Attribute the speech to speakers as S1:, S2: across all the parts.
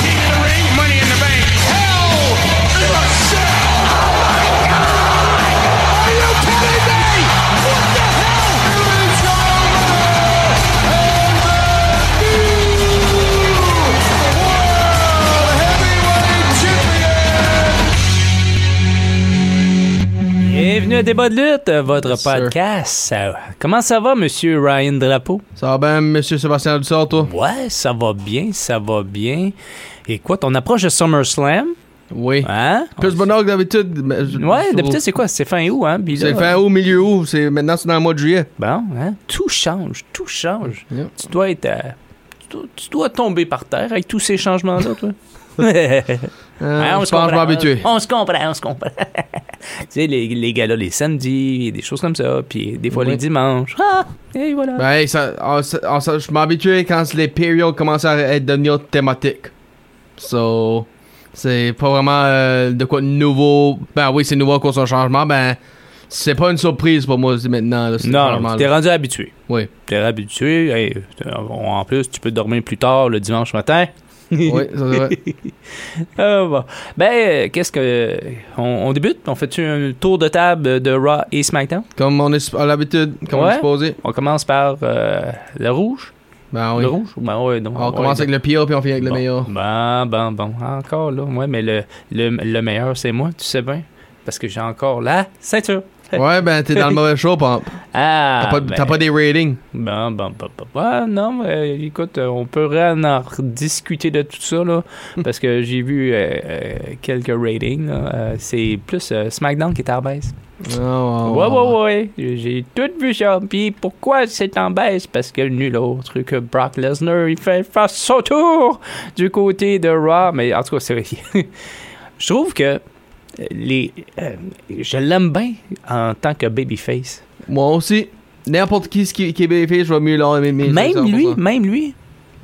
S1: King in the ring, money in the bank. Hell in a cell. Are you kidding me? What the hell?
S2: Bienvenue à Débat de lutte, votre podcast. Ça- Comment ça va, monsieur Ryan Drapeau?
S3: Ça va bien, monsieur Sébastien Dussard, toi?
S2: Ouais, ça va bien, ça va bien. Écoute, on approche de SummerSlam.
S3: Oui.
S2: Hein?
S3: Plus bonheur que d'habitude. mais-
S2: Ouais, d'habitude, c'est quoi? C'est fin août, hein? Puis là,
S3: C'est fin août, milieu août. C'est, maintenant, c'est dans le mois de juillet.
S2: Bon, hein? Tout change, tout change.
S3: Yeah.
S2: Tu dois être. euh, tu dois- tu dois tomber par terre avec tous ces changements-là, toi. Ouais,
S3: Euh,
S2: on
S3: je
S2: se
S3: pense
S2: comprend,
S3: pas habitué.
S2: On se comprend, on se comprend. tu sais, les, les gars-là, les samedis, des choses comme ça, puis des fois
S3: Ouais.
S2: les dimanches. Ah! Et voilà.
S3: Ben, hey, ça, on s- on s- je m'habituais quand les périodes commencent à être devenir thématiques. So, c'est pas vraiment euh, de quoi de nouveau. Ben oui, c'est nouveau à cause d'un changement. Ben, c'est pas une surprise pour moi c'est maintenant. là, c'est
S2: Non,
S3: normal.
S2: non, t'es rendu habitué.
S3: Oui.
S2: T'es habitué. hey, t'es- en plus, tu peux dormir plus tard le dimanche matin.
S3: Oui, ça, c'est vrai.
S2: Ah, bon. Ben, euh, qu'est-ce que. On, on débute On fait un tour de table de Raw et SmackDown
S3: Comme on est à l'habitude, comme on
S2: Ouais.
S3: est supposé.
S2: On commence par euh, le rouge.
S3: Ben oui.
S2: Le rouge Ben, ouais, non,
S3: On
S2: ouais,
S3: commence avec le pire puis on finit avec
S2: bon.
S3: le meilleur.
S2: Bon, bon, bon. Encore là. Ouais, mais le, le, le meilleur, c'est moi, tu sais bien. Parce que j'ai encore la ceinture.
S3: Ouais, ben t'es dans le mauvais show, pis
S2: Ah!
S3: T'as pas,
S2: ben,
S3: t'as pas des ratings.
S2: Bon, bon, bon, bon, bon. ben, non, mais, euh, écoute, euh, on peut en en discuter de tout ça, là, parce que j'ai vu euh, euh, quelques ratings. là. Euh, c'est plus euh, SmackDown qui est en baisse.
S3: Ah, ouais,
S2: ouais,
S3: ouais, ouais.
S2: ouais, ouais. J'ai tout vu ça. Puis pourquoi c'est en baisse? Parce que nul autre que Brock Lesnar, il fait face son tour du côté de Raw. Mais en tout cas, c'est Je trouve que les, euh, je l'aime bien en tant que babyface.
S3: Moi aussi. N'importe qui ce qui, qui est bénéfice, je vais mieux leur aimer. aimer ça,
S2: Même
S3: pour
S2: lui,
S3: ça.
S2: même lui.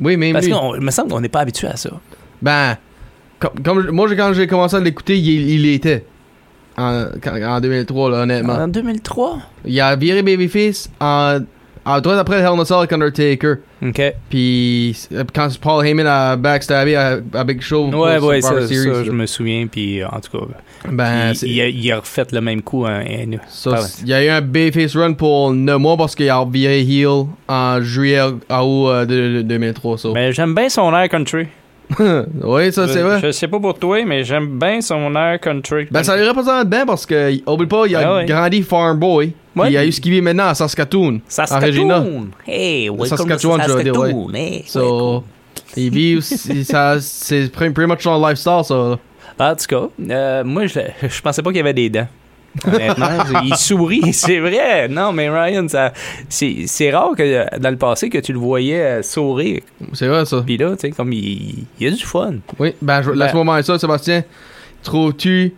S3: Oui, même
S2: Parce
S3: lui.
S2: qu'il me semble qu'on n'est pas habitué à ça.
S3: Ben, comme, comme je- moi, j'ai- quand j'ai commencé à l'écouter, il, il était. En, quand- en 2003, là, honnêtement.
S2: En 2003.
S3: Il a viré Babyface en, en droit après Hell in a Cell avec Undertaker.
S2: OK. Ouais,
S3: Puis euh, quand Paul Heyman a backstabé à, à Big Show. pour
S2: ouais, ça,
S3: Survivor
S2: ça,
S3: Series, là.
S2: je me souviens. Puis, euh, en tout cas,
S3: Ben,
S2: il,
S3: c'est-
S2: il a, il a refait le même coup. hein, et nous.
S3: Ça,
S2: Pardon.
S3: c'est- il y a eu un Bayface run pour 9 mois parce qu'il a viré heel en juillet à août euh, de, de- 2003. so.
S2: Mais j'aime bien son air country.
S3: oui, ça, c'est vrai.
S2: Je sais pas pour toi, mais j'aime bien son air country.
S3: Ben, ça lui représente bien parce que, oublie pas, il a
S2: Ah ouais.
S3: grandi Farm Boy. puis
S2: Ouais.
S3: Il a eu ce qu'il vit maintenant à Saskatoon. À Regina.
S2: Saskatoon. Hey, welcome to
S3: Saskatchewan, je veux dire,
S2: Saskatoon. Hey, welcome.
S3: So, il vit aussi. ça- c'est pretty pretty much son lifestyle, ça.
S2: En tout cas, euh, moi, je, je pensais pas qu'il y avait des dents. Honnêtement, il sourit, c'est vrai. Non, mais Ryan, ça, c'est, c'est rare que euh, dans le passé que tu le voyais euh, sourire.
S3: C'est vrai, ça.
S2: Puis là, tu sais, comme il, il y a du fun.
S3: Oui, ben, je-
S2: Ben.
S3: laisse-moi demander ça, Sébastien. Trouves-tu.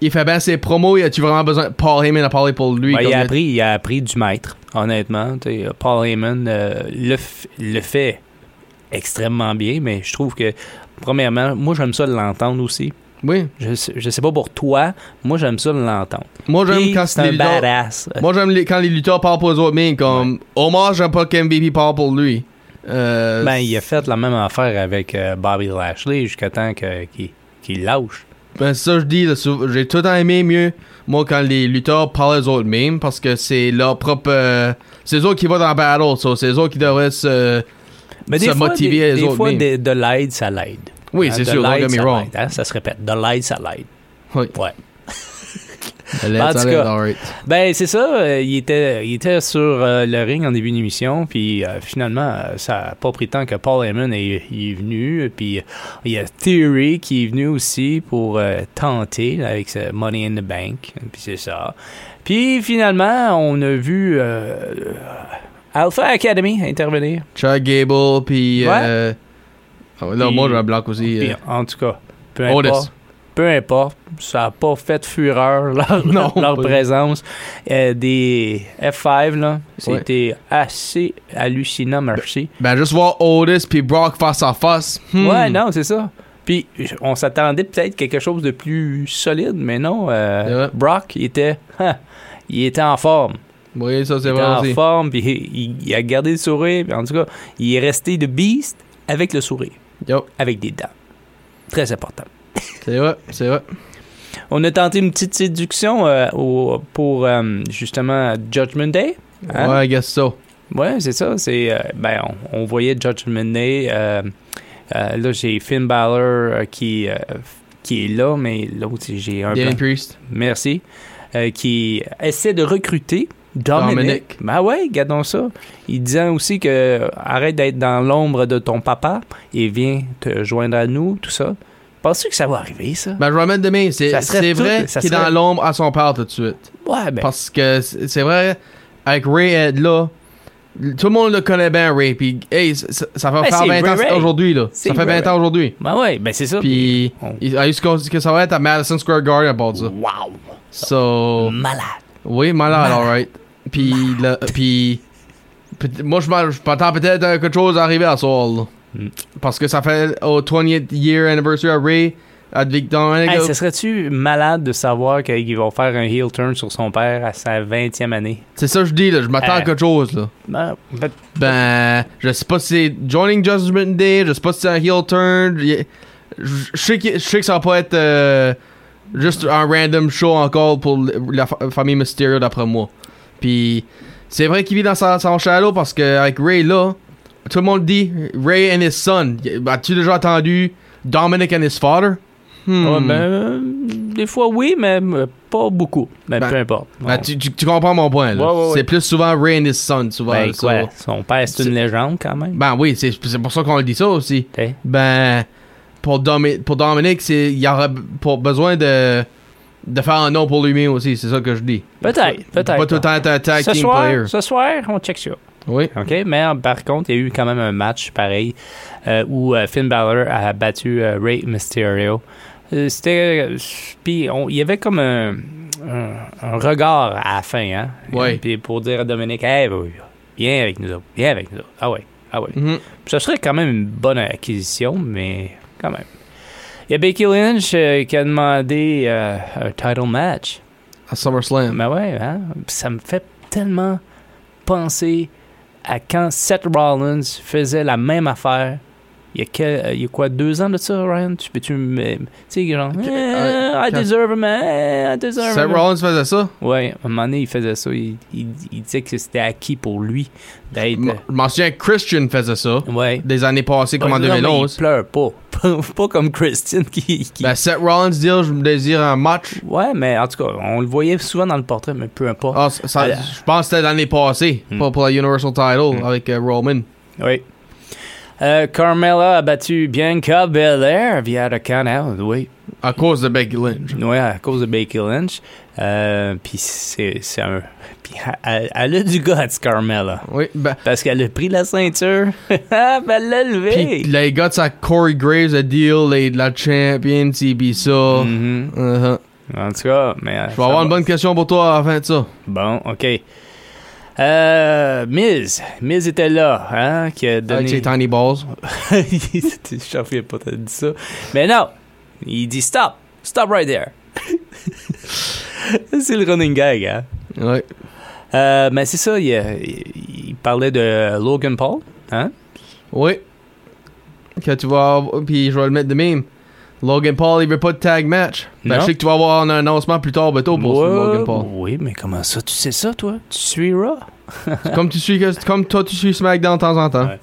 S3: Il fait bien ses promos, y a-tu vraiment besoin. Paul Heyman a parlé pour lui.
S2: Ben,
S3: comme
S2: il, a
S3: il-
S2: appris, il a appris du maître, honnêtement. Tu sais, Paul Heyman euh, le, f- le fait extrêmement bien, mais je trouve que, premièrement, moi, j'aime ça de l'entendre aussi.
S3: Oui.
S2: Je, sais- je sais pas pour toi, moi, j'aime ça de l'entendre.
S3: Moi, j'aime
S2: Puis,
S3: quand Euh,
S2: c'est
S3: c'est
S2: un
S3: des lutteurs-
S2: badass.
S3: Moi, j'aime les- quand les lutteurs parlent pour les autres, mais comme Omar, j'aime pas qu'MVP parle pour lui. Euh,
S2: Ben, il a fait la même affaire avec euh, Bobby Lashley jusqu'à temps que- qu'il qu'il lâche.
S3: ben, c'est ça que je dis, là, sou- j'ai tout le temps aimé mieux, moi, quand les lutteurs parlent aux autres mêmes, parce que c'est leur propre. euh, c'est eux autres qui vont dans la battle, so, c'est eux autres qui devraient se.
S2: Mais des
S3: Se
S2: fois,
S3: motiver
S2: des,
S3: les
S2: des
S3: autres
S2: fois,
S3: mêmes.
S2: des- de l'aide, ça l'aide.
S3: oui,
S2: Hein,
S3: c'est
S2: de
S3: sûr, don't
S2: l'aide,
S3: get
S2: ça
S3: me wrong.
S2: l'aide, hein, ça se répète. De l'aide, ça l'aide.
S3: Oui.
S2: Ouais.
S3: Ça l'aide,
S2: En
S3: ça
S2: tout
S3: l'aide,
S2: cas.
S3: alright.
S2: Ben, c'est ça. euh, il, était, il était sur euh, le ring en début d'émission, puis euh, finalement, euh, ça n'a pas pris tant que Paul Heyman est, il est venu. Puis euh, il y a Theory qui est venu aussi pour euh, tenter là, avec ce Money in the Bank. Puis c'est ça. Puis finalement, on a vu euh, euh, Alpha Academy intervenir.
S3: Chuck Gable, puis.
S2: Ouais.
S3: euh, ah ouais, là,
S2: Puis-
S3: moi, j'ai un bloc aussi.
S2: Puis,
S3: euh,
S2: en tout cas, peu
S3: Otis.
S2: importe. peu importe, ça n'a pas fait fureur leur,
S3: Non,
S2: leur
S3: pas du-
S2: présence. Euh, des F5, là, c'était assez hallucinant, merci.
S3: Ben, juste voir Otis puis Brock face à face. Hmm.
S2: Ouais, non, c'est ça. Puis j- on s'attendait peut-être quelque chose de plus solide, mais non. euh,
S3: C'est vrai.
S2: Brock, il était, hein, il était en forme.
S3: Oui, ça,
S2: Il
S3: c'est
S2: était
S3: vrai
S2: en
S3: aussi.
S2: forme, puis il, il a gardé le sourire. puis en tout cas, il est resté de beast avec le sourire,
S3: Yo,
S2: avec des dents. Très important.
S3: c'est vrai, c'est vrai.
S2: On a tenté une petite séduction euh, au- pour euh, justement Judgment Day. hein?
S3: Ouais, I guess so.
S2: Ouais, c'est ça. C'est euh, ben, on, on voyait Judgment Day. euh, euh, là, j'ai Finn Balor euh, qui euh, qui est là, mais l'autre, j'ai un
S3: Damien
S2: blanc.
S3: Priest.
S2: Merci. Euh, qui essaie de recruter Dominic.
S3: Dominic.
S2: Ben ouais, regardons ça. Il disant aussi que euh, arrête d'être dans l'ombre de ton papa et viens te joindre à nous, tout ça. Penses-tu que ça va arriver, ça?
S3: Ben, je vais remettre demain.
S2: Ça
S3: C'est
S2: serait
S3: c'est
S2: tout-
S3: vrai
S2: ça
S3: qu'il est
S2: serait-
S3: dans l'ombre à son père tout de suite.
S2: ouais, ben.
S3: Parce que c'est c'est vrai, avec Ray Ed là, tout le monde le connaît bien, Ray. Puis, hey, ça, ça- ça va
S2: Ben,
S3: faire
S2: c'est
S3: 20
S2: Ray Ray.
S3: ans aujourd'hui, là.
S2: C'est
S3: Ça fait
S2: Ray
S3: 20 ans aujourd'hui.
S2: Ben ouais, ben c'est ça.
S3: Puis,
S2: on-
S3: il a eu ce qu'on dit que ça va être à Madison Square Garden à part de ça. Oh.
S2: Wow!
S3: So,
S2: Malade!
S3: oui, malade,
S2: Mm.
S3: alright. Puis, là, puis, peut- moi, je m'en- je m'attends peut-être à quelque chose arriver à soir, là.
S2: Mm.
S3: Parce que ça fait au 20th year anniversary à Ray, à Vic Dominic.
S2: Hey, ça serait-tu malade de savoir qu'ils vont faire un heel turn sur son père à sa 20e année?
S3: c'est ça que je dis, là. Je m'attends
S2: Hey.
S3: à quelque chose, là.
S2: Ben, ben,
S3: Ben, je sais pas si c'est Joining Judgment Day, je sais pas si c'est un heel turn. Je je sais que, je sais que ça va pas être euh, juste un random show encore pour la fa- famille Mysterio d'après moi. Puis, c'est vrai qu'il vit dans sa- son shadow parce que avec Ray là, tout le monde dit Ray and his son. As-tu déjà entendu Dominic and his father? Hmm.
S2: ouais, ben, euh, des fois oui, mais euh, pas beaucoup. Mais
S3: Ben,
S2: peu importe.
S3: Ben,
S2: On-
S3: tu, tu- tu comprends mon point là.
S2: Ouais, ouais, ouais.
S3: C'est plus souvent Ray and his son, souvent.
S2: ben,
S3: so-
S2: quoi, son père, c'est
S3: c'est-
S2: une légende quand même.
S3: ben oui, c'est c'est pour ça qu'on le dit ça aussi.
S2: T'sais.
S3: Ben, pour, Domi- pour Dominic, c'est, il y aura b- pour besoin de, de faire un nom pour lui-même aussi, c'est ça que je dis.
S2: Peut-être,
S3: Il peut
S2: peut-être.
S3: Pas tout le temps être un tag
S2: ce,
S3: team player.
S2: soir, ce soir, on check ça.
S3: Oui.
S2: OK? Mais euh, par contre, il y a eu quand même un match pareil euh, où euh, Finn Balor a battu euh, Ray Mysterio. Euh, C'était. euh, Puis on- il y avait comme un, un, un regard à la fin, hein?
S3: Ouais.
S2: Puis pour dire à Dominique, hey, oui, viens avec nous autres, viens avec nous autres. Ah ouais, ah ouais.
S3: Mhm.
S2: Ce serait quand même une bonne acquisition, mais quand même. Il y a Becky Lynch euh, qui a demandé euh, un title match.
S3: À SummerSlam.
S2: Ben ouais, hein? Puis ça me fait tellement penser à quand Seth Rollins faisait la même affaire. Il y a, quel- euh, il y a quoi, deux ans de ça, Ryan? Tu peux-tu me. Tu sais, genre. Eh,
S3: euh,
S2: I
S3: quand-
S2: deserve a man, eh, I deserve a
S3: Seth
S2: man.
S3: Rollins faisait ça.
S2: Ouais, à un moment donné, il faisait ça. Il, il- il disait que c'était acquis pour lui d'être. euh,
S3: M- Je m'en souviens, Christian faisait ça.
S2: Ouais.
S3: Des années passées, comme en
S2: Non, mais
S3: 2011.
S2: Il pleure pas. pas comme Christine qui. qui-
S3: Ben, Seth Rollins dit Je me désire un match.
S2: Ouais, mais en tout cas, on le voyait souvent dans le portrait, mais peu importe.
S3: Ah, ça- ça-
S2: Ah, là.
S3: je pense que c'était l'année passée,
S2: Hmm.
S3: pas pour la Universal
S2: Mm.
S3: Title, avec euh, Roman.
S2: Oui. Euh, Carmella a battu Bianca Belair via le canal, oui.
S3: À cause de Becky Lynch.
S2: Oui, à cause de Baker Lynch. Euh, Puis c'est c'est un... Puis elle, elle a du guts, Carmella.
S3: Oui, ben,
S2: Parce qu'elle a pris la ceinture. Ah, ben, elle l'a
S3: Pis
S2: levée.
S3: les gars, ça Corey Graves a deal, les, la champion, c'est pis ça.
S2: Mhm.
S3: Uh-huh.
S2: En tout cas, mais... euh,
S3: Je
S2: ça
S3: vais avoir
S2: va.
S3: une bonne question pour toi à la fin de ça.
S2: Bon, OK. Euh, Miz. Miz était là, hein, qui a donné...
S3: Avec ses tiny balls.
S2: Il s'était échauffé, pas t'as dit ça. Mais non! Il dit stop! Stop right there! c'est le running gag, hein?
S3: Ouais.
S2: Euh, mais c'est ça, il, euh, il- il parlait de Logan Paul, hein?
S3: Oui. Que tu vas avoir- pis je vais le mettre de même. Logan Paul, il veut pas de tag match. Ben,
S2: Non.
S3: je sais que tu vas avoir un annoncement plus tard, bientôt pour
S2: Ouais,
S3: Logan Paul.
S2: Oui, mais comment ça? Tu sais ça, toi? Tu suis Raw?
S3: comme tu suis, que- comme toi, tu suis SmackDown de temps en temps.
S2: Ouais.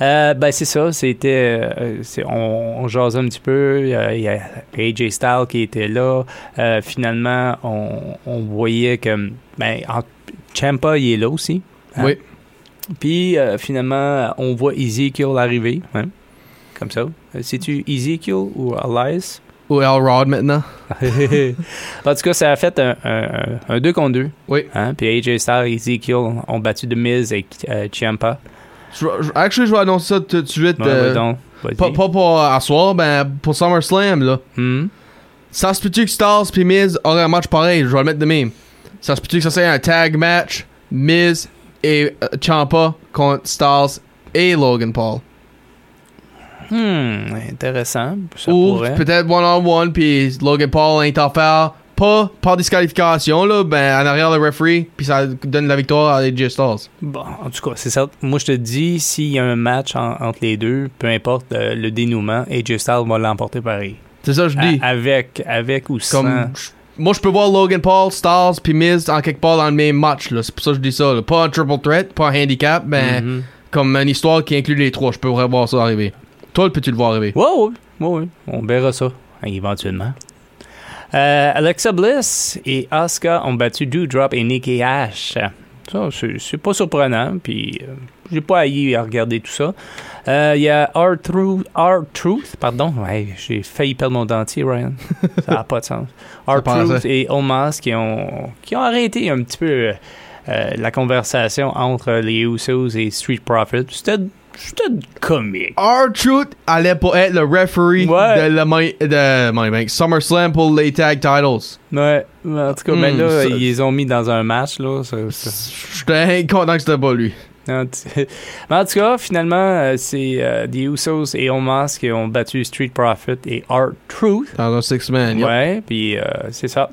S2: Euh, ben, c'est ça, c'était. euh, c'est- on, on jasait un petit peu. Il y a- il y a AJ Styles qui était là. Euh, finalement, on, on voyait que. Ben, en- Ciampa, il est là aussi. hein?
S3: Oui.
S2: Puis euh, finalement, on voit Ezekiel arriver. hein? Comme ça. Euh, C'est-tu Ezekiel ou Elias?
S3: Ou Elrod maintenant.
S2: en tout cas, ça a fait un, un- un 2 contre 2.
S3: Oui.
S2: Hein? Puis AJ Styles et Ezekiel ont battu de Miz et euh, Ciampa.
S3: Je, vais- je- actually, je vais annoncer ça tout de suite.
S2: Ouais,
S3: euh,
S2: ouais, donc, vas-y.
S3: pas, pas pour euh, à soir, ben pour SummerSlam, là.
S2: Hmm.
S3: Ça se peut-tu que Stars puis Miz auraient un match pareil? Je vais le mettre de même. Ça se peut-tu que ça soit un tag match Miz et euh, Ciampa contre Stars et Logan Paul?
S2: Hmm, intéressant. Ça
S3: Ou
S2: pourrait.
S3: peut-être one-on-one puis Logan Paul est en faire pas par disqualification, là, ben en arrière le referee puis ça donne la victoire à AJ Stars.
S2: Bon, en tout cas, c'est ça. Moi, je te dis, s'il y a un match en- entre les deux, peu importe euh, le dénouement, AJ Styles va l'emporter pareil.
S3: C'est ça que je
S2: A-
S3: dis.
S2: avec, avec ou sans.
S3: Comme, je- moi, je peux voir Logan Paul, Stars, puis Miz en quelque part dans le même match. là. C'est pour ça que je dis ça. là. Pas un triple threat, pas un handicap, ben, mais
S2: Mhm.
S3: comme une histoire qui inclut les trois. Je peux vraiment voir ça arriver. Toi, peux-tu le voir arriver?
S2: Ouais, ouais, ouais, ouais. On verra ça, hein, éventuellement. Euh, Alexa Bliss et Asuka ont battu Doudrop et Nikki Ash. Ça, c'est c'est pas surprenant, puis euh, j'ai pas haï à regarder tout ça. Euh, Il y a R-Truth, R-Truth, pardon, ouais, j'ai failli perdre mon dentier, Ryan. Ça n'a pas de sens. R-Truth
S3: passait.
S2: et Omas qui ont, qui ont arrêté un petit peu euh, euh, la conversation entre les Usos et Street Profit. C'était c'était comique.
S3: R-Truth allait pas être le referee
S2: Ouais.
S3: de, la money, de Money Bank SummerSlam pour les tag titles.
S2: Ouais, mais en tout cas,
S3: Hmm,
S2: ben là,
S3: ça-
S2: ils les ont mis dans un match, là. ça- ça-
S3: J'étais content que c'était pas lui.
S2: en tout- Mais en tout cas, finalement, euh, c'est euh, The Usos et Omas qui ont battu Street Profit et Art Truth.
S3: Dans un six-man. yep.
S2: Ouais, puis euh, c'est ça.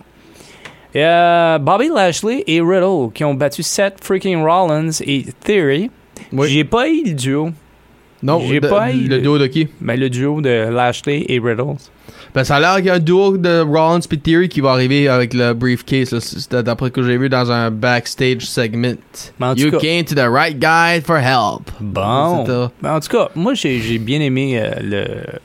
S2: Et, euh, Bobby Lashley et Riddle qui ont battu Seth freaking Rollins et Theory.
S3: Oui.
S2: J'ai pas eu le duo,
S3: Non,
S2: j'ai
S3: de-
S2: pas eu-
S3: le duo de qui?
S2: mais le duo de Lashley et Riddle.
S3: Ben, ça a l'air qu'il y a un duo de Rollins et Theory qui va arriver avec le briefcase, là, c'est- d'après ce que j'ai vu dans un backstage segment.
S2: Mais en tout
S3: You
S2: cas-
S3: came to the right guy for help.
S2: Bon.
S3: C'est ça.
S2: Ben, en tout cas, moi, j'ai j'ai bien aimé euh, le, euh,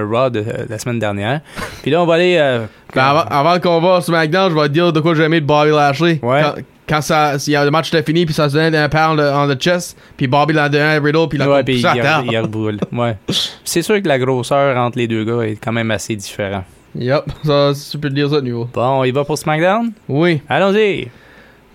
S2: le Raw de euh, la semaine dernière. Puis là, on va aller. euh,
S3: Ben, avant, avant qu'on va sur SmackDown, je vais te dire de quoi j'ai aimé de Bobby Lashley.
S2: Ouais.
S3: Quand, quand ça, si, euh, le match était fini, puis ça se donnait un pound euh, on the chest, puis Bobby l'a donné à Riddle, puis il l'a
S2: Ouais, puis
S3: poussé
S2: il,
S3: à terre.
S2: il reboule. Ouais. C'est sûr que la grosseur entre les deux gars est quand même assez différente.
S3: Yep, ça, tu peux te dire ça de nouveau.
S2: Bon, il va pour SmackDown?
S3: Oui.
S2: Allons-y!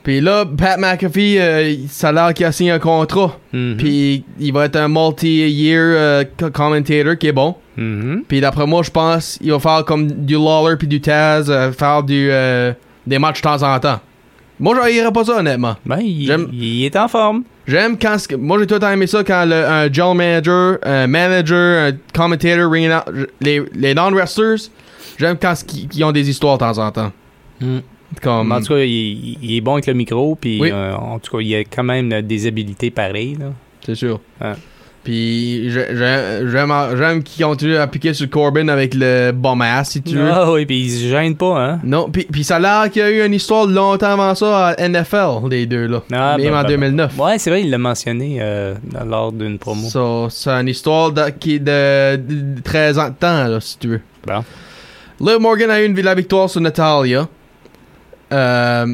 S3: Puis là, Pat McAfee, euh, ça a l'air qu'il a signé un contrat.
S2: Mhm.
S3: Puis il va être un multi-year euh, co- commentator qui est bon.
S2: Mhm.
S3: Puis d'après moi, je pense il va faire comme du Lawler puis du Taz, euh, faire du, euh, des matchs de temps en temps. Moi, j'aillerais pas ça, honnêtement.
S2: Ben, il,
S3: J'aime-
S2: il est en forme.
S3: J'aime quand. ce que- Moi, j'ai tout le temps aimé ça quand le, un general manager, un manager, un commentator, ring annou- les, les non-wrestlers, j'aime quand ce qu'ils ils ont des histoires de temps en temps.
S2: Mm.
S3: Comme.
S2: En tout cas, il, il est bon avec le micro, puis
S3: Oui.
S2: euh, en tout cas, il a quand même euh, des habilités pareilles. là.
S3: C'est sûr.
S2: Ouais.
S3: Puis j'ai- j'ai- j'aime j'aime qu'ils continuent à piquer sur Corbin avec le bomb ass, si tu veux.
S2: Ah oui, puis il se gêne pas, hein?
S3: Non, puis puis ça a l'air qu'il y a eu une histoire longtemps avant ça à NFL, les deux, là.
S2: Ah,
S3: Même
S2: bah,
S3: en
S2: bah,
S3: 2009.
S2: Ouais, c'est vrai, il l'a mentionné euh, dans- lors d'une promo.
S3: So, c'est une histoire de, qui est de, de 13 ans de temps, là, si tu veux.
S2: Bon.
S3: Liv Morgan a eu une, la victoire sur Natalia. Euh,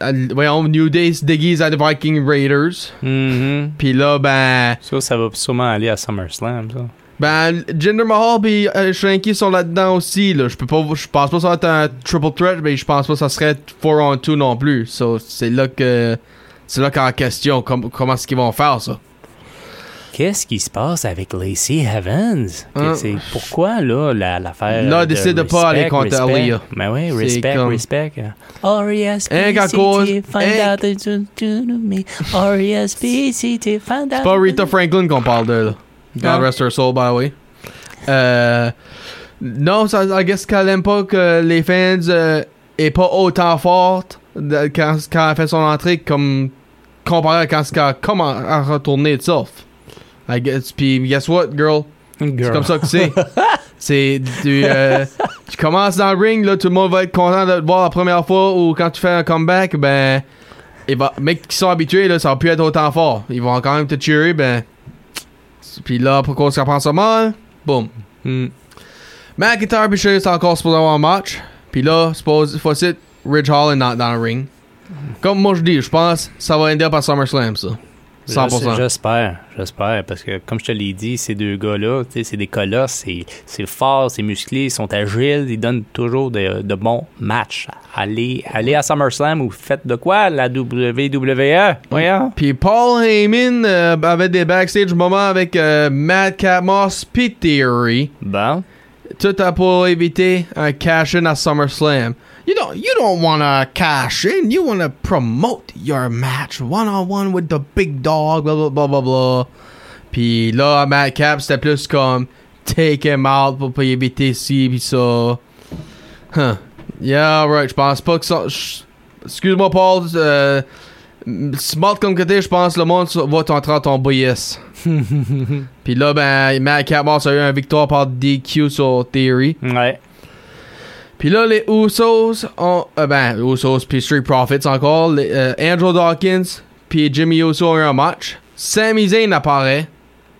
S3: elle- voyons, New Day se déguise à The Viking Raiders.
S2: Mhm.
S3: Puis là, ben,
S2: Ça, ça va sûrement aller à SummerSlam, ça.
S3: ben Jinder Mahal puis euh, Shanky sont là-dedans aussi. Là. Je peux pas, je pense pas que ça va être un triple threat, mais je pense pas que ça serait 4 on 2 non plus. So, c'est là que, c'est là qu'en question, com- comment est-ce qu'ils vont faire ça.
S2: Qu'est-ce qui se passe avec Lacey Evans?
S3: Hein?
S2: C'est Pourquoi, là, la- l'affaire.
S3: Là,
S2: euh,
S3: décide de pas aller contre
S2: respect?
S3: Aaliyah.
S2: Ben oui,
S3: C'est
S2: respect,
S3: comme-
S2: respect. E R.E.S.P.C.T.
S3: qu'à cause-
S2: find
S3: hein?
S2: out that you do to me. E R.E.S.P.C.T. find out.
S3: C'est pas Rita Franklin qu'on parle de, là. God
S2: Non.
S3: rest her soul, by the way. Euh, non, ça, I guess qu'elle aime pas que les fans euh, aient pas autant forte de- quand, quand elle fait son entrée comme comparé à quand elle a comment à retourner itself. I guess, puis guess what, girl? C'est
S2: Girl.
S3: comme ça que c'est. c'est du, euh, tu commences dans le ring, là, tout le monde va être content de te voir la première fois ou quand tu fais un comeback, ben, et va, mecs qui sont habitués, là, ça va plus être autant fort. Ils vont quand même te cheerer, ben. Puis là, pourquoi ça prend ça mal? Boum.
S2: Mm.
S3: McIntyre puis Shea, c'est encore supposé avoir un match. Puis là, suppose, faut it, Ridge Hall est dans, dans le ring. Comme moi je dis, je pense ça va ender par SummerSlam, ça. 100%.
S2: J'espère, j'espère, parce que comme je te l'ai dit, ces deux gars-là, tu sais, c'est des colosses, c'est- c'est fort, c'est musclé, ils sont agiles, ils donnent toujours de, de bons matchs. Allez, allez à SummerSlam ou faites de quoi la WWE? Voyons.
S3: Puis Paul Heyman euh, avait des backstage moments avec euh, Madcap Moss pis Theory.
S2: Bon.
S3: Tout à pour éviter un cash-in à SummerSlam. You don't, you don't want to cash in. You want to promote your match one on one with the big dog. Blah blah blah blah blah. Puis là, à Madcap, c'était plus comme take him out pour, pour éviter ci puis ça. Huh. Yeah, right. Je pense pas que ça. je- Excuse-moi, Paul. Euh, smart comme côté, je pense le monde va être en train de tomber. yes. Puis là, ben, Madcap Moss a eu une victoire par DQ sur Theory.
S2: Ouais.
S3: Puis là, les Usos ont. euh, ben, Usos puis Street Profits encore. les, euh, Andrew Dawkins puis Jimmy Uso ont eu un match. Sami Zayn apparaît.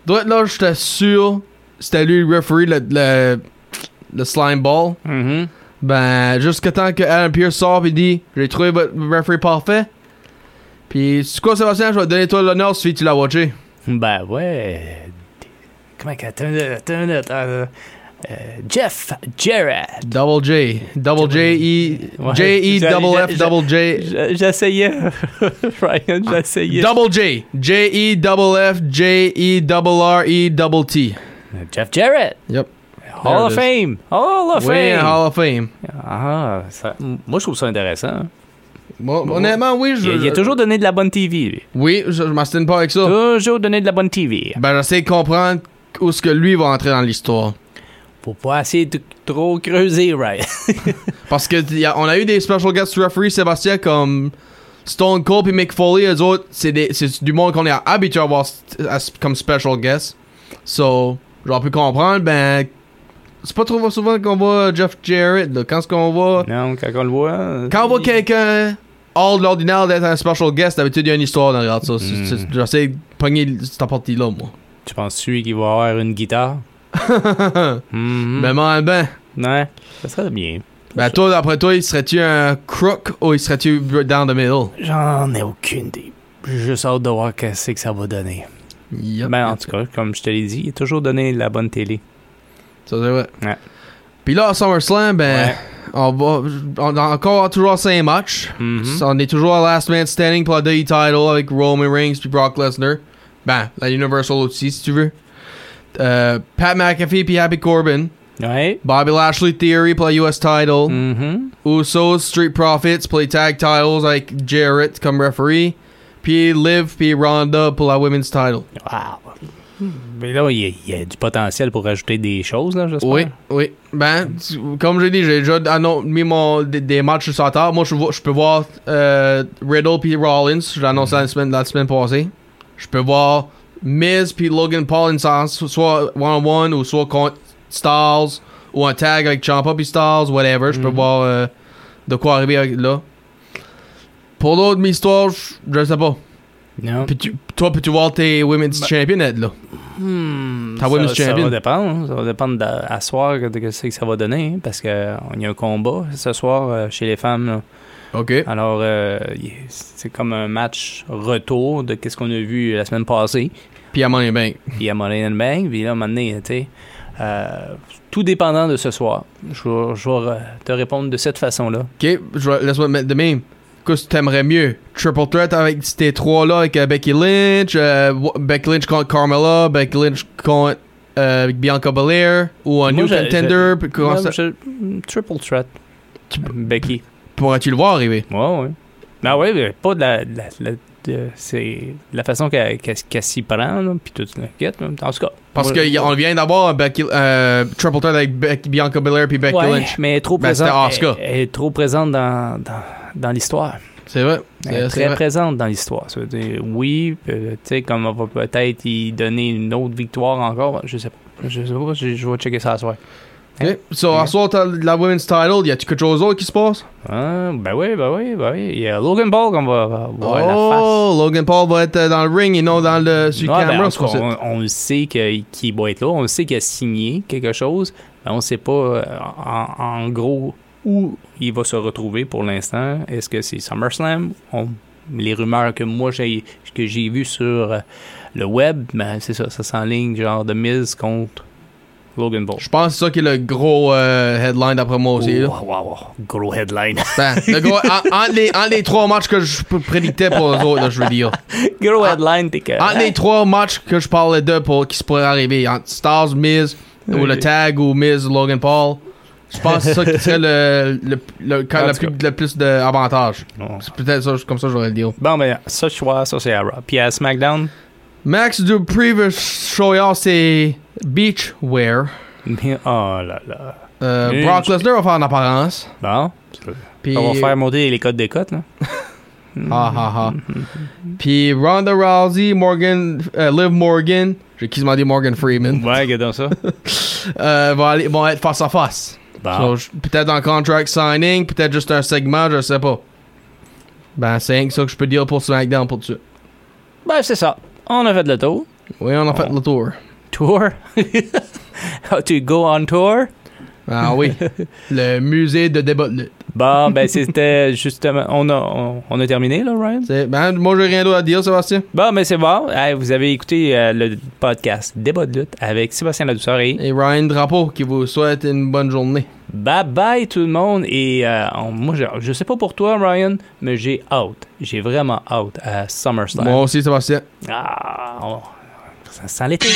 S3: Doit là, j'étais sûr. C'était lui le referee, le, le, le slime ball.
S2: Mhm.
S3: Ben, jusqu'à temps que Adam Pierce sort pis dit J'ai trouvé votre referee parfait. Puis, c'est quoi, Sébastien Je vais te donner toi l'honneur si tu l'as watché.
S2: Ben ouais. Comment que. Attends, une minute, attends, une minute, attends, euh, euh, Jeff Jarrett.
S3: Double J. Double J, E.
S2: Ouais.
S3: J, E, double F, double J.
S2: J- J'essayais. Ryan, j'essayais.
S3: Double J. J E double F J E double R E double T.
S2: Jeff Jarrett.
S3: Yep.
S2: Hall of
S3: There
S2: Fame. Hall of
S3: Oui,
S2: Fame.
S3: Hall of Fame.
S2: Ah, ça- moi, je trouve ça intéressant.
S3: Bon, honnêtement, oui, je.
S2: Il, il a toujours donné de la bonne TV. lui.
S3: Oui, je, je m'astine pas avec ça.
S2: Toujours donné de la bonne TV.
S3: Ben, j'essaie de comprendre où ce que lui va entrer dans l'histoire.
S2: Pour pas essayer de trop creuser, right?
S3: Parce que y a- on a eu des special guest referees, Sébastien, comme Stone Cold et Mick Foley, eux autres, c'est des- c'est du monde qu'on est habitué à voir comme special guest. So, j'aurais pu comprendre, ben. C'est pas trop souvent qu'on voit Jeff Jarrett, là. Quand est-ce qu'on voit.
S2: non, quand on le voit. euh,
S3: Quand on voit
S2: il-
S3: quelqu'un hors de l'ordinaire d'être un special guest, d'habitude, il y a une histoire derrière ça. C'est-
S2: Mm.
S3: c'est- J'essaie de pogner cette partie-là, moi.
S2: Tu penses-tu qu'il va avoir une guitare? Mhm.
S3: Mais moi, ben,
S2: Ouais, ça serait bien.
S3: ben toi, d'après toi, il serait-tu un crook ou il serait-tu down the middle?
S2: J'en ai aucune idée. J'ai juste hâte de voir qu'est-ce que ça va donner.
S3: Yep.
S2: Ben, en tout cas, comme je te l'ai dit, il a toujours donné la bonne télé.
S3: Ça, c'est vrai.
S2: Ouais.
S3: Puis là, à SummerSlam, ben,
S2: Ouais.
S3: on va on a encore toujours 5 matchs.
S2: Mhm.
S3: On est toujours à Last Man Standing pour la DE title avec Roman Reigns puis Brock Lesnar. Ben, la Universal aussi, si tu veux. Euh, Pat McAfee puis Happy Corbin.
S2: Ouais.
S3: Bobby Lashley Theory play US title.
S2: Mhm.
S3: Usos Street Profits play tag titles like Jarrett come referee. Puis Liv puis Ronda pour la women's title.
S2: Wow. Mais là, il y, a, il y a du potentiel pour rajouter des choses, là, j'espère.
S3: Oui, oui. Ben, tu- comme j'ai dit, j'ai déjà annon- mis mon, des, des matchs sur sa table. Moi, je, vois- je peux voir euh, Riddle puis Rollins. Je l'ai annoncé
S2: Mhm.
S3: la, semaine, la semaine passée. Je peux voir Miz puis Logan Paul in sens- soit one-on-one ou soit contre Styles ou un tag avec Ciampa puis Styles, whatever. Je peux
S2: Mhm.
S3: voir euh, de quoi arriver avec, là. Pour l'autre histoire, je- je sais pas.
S2: Non.
S3: Puis tu- toi, peux-tu voir tes Women's
S2: Ben-
S3: Champion être là?
S2: Hmm,
S3: Ta women's
S2: ça, ça
S3: champion.
S2: va dépendre. Ça va dépendre de, à soir de ce que ça va donner. hein, Parce qu'il y a un combat ce soir euh, chez les femmes. là.
S3: Ok.
S2: Alors, euh, y- c'est comme un match retour de quest ce qu'on a vu la semaine passée.
S3: Puis à Money in the Bank.
S2: Puis à Money in the Bank. Puis là, à un moment donné, tu sais, euh, tout dépendant de ce soir. Je vais- je vais te répondre de cette façon-là.
S3: Ok, je vais- laisse-moi te mettre de même. Qu'est-ce que t'aimerais mieux? Triple threat avec ces trois-là, avec euh, Becky Lynch, euh, Wa- Becky Lynch contre Carmella, Becky Lynch contre euh, Bianca Belair, ou
S2: Moi,
S3: un New
S2: je-
S3: Contender. puis comment
S2: Moi,
S3: ça-
S2: je- mm, triple threat. Becky.
S3: Pourrais-tu le voir arriver?
S2: Ouais, ouais. Ben ouais, mais pas de la. de la- de la- de- c'est de la façon qu'elle qu'elle- qu'elle s'y prend, là, puis toute la quête. là. En tout cas.
S3: Parce
S2: moi-
S3: qu'on vient d'avoir un Becky- euh, Triple threat avec Becky- Bianca Belair puis Becky
S2: Ouais,
S3: Lynch.
S2: mais elle est trop
S3: Ben,
S2: présente.
S3: c'était Asuka.
S2: elle, elle est trop présente dans, dans, dans l'histoire.
S3: C'est vrai.
S2: Elle est
S3: C'est c'est
S2: très
S3: vrai.
S2: présente dans l'histoire. Ça veut dire, oui, euh, tu sais, comme on va peut-être y donner une autre victoire encore, je sais pas. Je sais pas, je, je vais checker ça à soir.
S3: Ok. So, à
S2: Ouais.
S3: soir, t'as la Women's Title, y a-tu quelque chose d'autre qui se passe?
S2: Ah, ben oui, ben oui, ben oui. Il y a Logan Paul qu'on va, va voir la face.
S3: Oh, Logan Paul va être euh, dans le ring et non dans le sur
S2: Ouais, ben,
S3: camera.
S2: en tout
S3: sur
S2: cas,
S3: site.
S2: on, on le sait que- qu'il va être là, on le sait qu'il a signé quelque chose, mais on ne sait pas euh, en, en gros où il va se retrouver pour l'instant. Est-ce que c'est SummerSlam? On- les rumeurs que moi j'ai que j'ai vues sur euh, le web, ben, c'est ça, ça s'enligne genre de mise contre Logan Paul.
S3: Je pense que c'est ça qui est le gros euh, headline d'après moi aussi. là.
S2: Wow, wow, wow. gros headline.
S3: Ben, le gros, en, entre les, entre les trois matchs que je p- prédictais pour eux autres, là, je veux dire.
S2: gros
S3: Ah,
S2: headline, t'es que.
S3: Entre les trois matchs que je parlais de pour qui se pourraient arriver, entre Stars, Miz, ou le tag ou Miz Logan Paul. Je pense que c'est ça qui serait le, le, le, quand
S2: En
S3: le
S2: tout
S3: plus,
S2: cas.
S3: le plus d'avantages.
S2: Bon.
S3: C'est peut-être ça, comme ça j'aurais le deal.
S2: Bon, ben, ça, je vois, ça, c'est à Raw. Puis à SmackDown,
S3: Max Dupree versus Shoyard, c'est Beachwear.
S2: mais- oh là là.
S3: Euh,
S2: Une-
S3: Brock Lesnar va faire en apparence.
S2: Bon,
S3: Puis,
S2: on va faire monter les codes des cotes, là.
S3: Ah, ah, ah.
S2: Mm.
S3: Puis Ronda Rousey, Morgan, euh, Liv Morgan, j'ai quasiment dit Morgan Freeman,
S2: Ouais, regarde ça.
S3: euh, vont, aller- vont être face à face.
S2: Bon.
S3: So, je- peut-être dans le contract signing, peut-être juste un segment, je sais pas. Ben, c'est rien que ça que je peux dire pour SmackDown pour dessus.
S2: Ben, c'est ça. On a fait le tour.
S3: Oui, on a fait le tour.
S2: Tour. How to go on tour.
S3: Ah oui, le musée de débat de lutte.
S2: Bon, ben, c'était justement. On a, on, on a terminé, là, Ryan?
S3: C'est- Ben, moi, j'ai rien d'autre à dire, Sébastien.
S2: Bon, ben, c'est bon. Hey, vous avez écouté euh, le podcast Débat de lutte avec Sébastien Ladouceur et.
S3: Et Ryan Drapeau qui vous souhaite une bonne journée.
S2: Bye bye tout le monde et euh, on- moi je, je sais pas pour toi Ryan mais j'ai hâte j'ai vraiment hâte à Ben. SummerSlam.
S3: Moi aussi, Sébastien.
S2: Ah, on- ça sent l'été.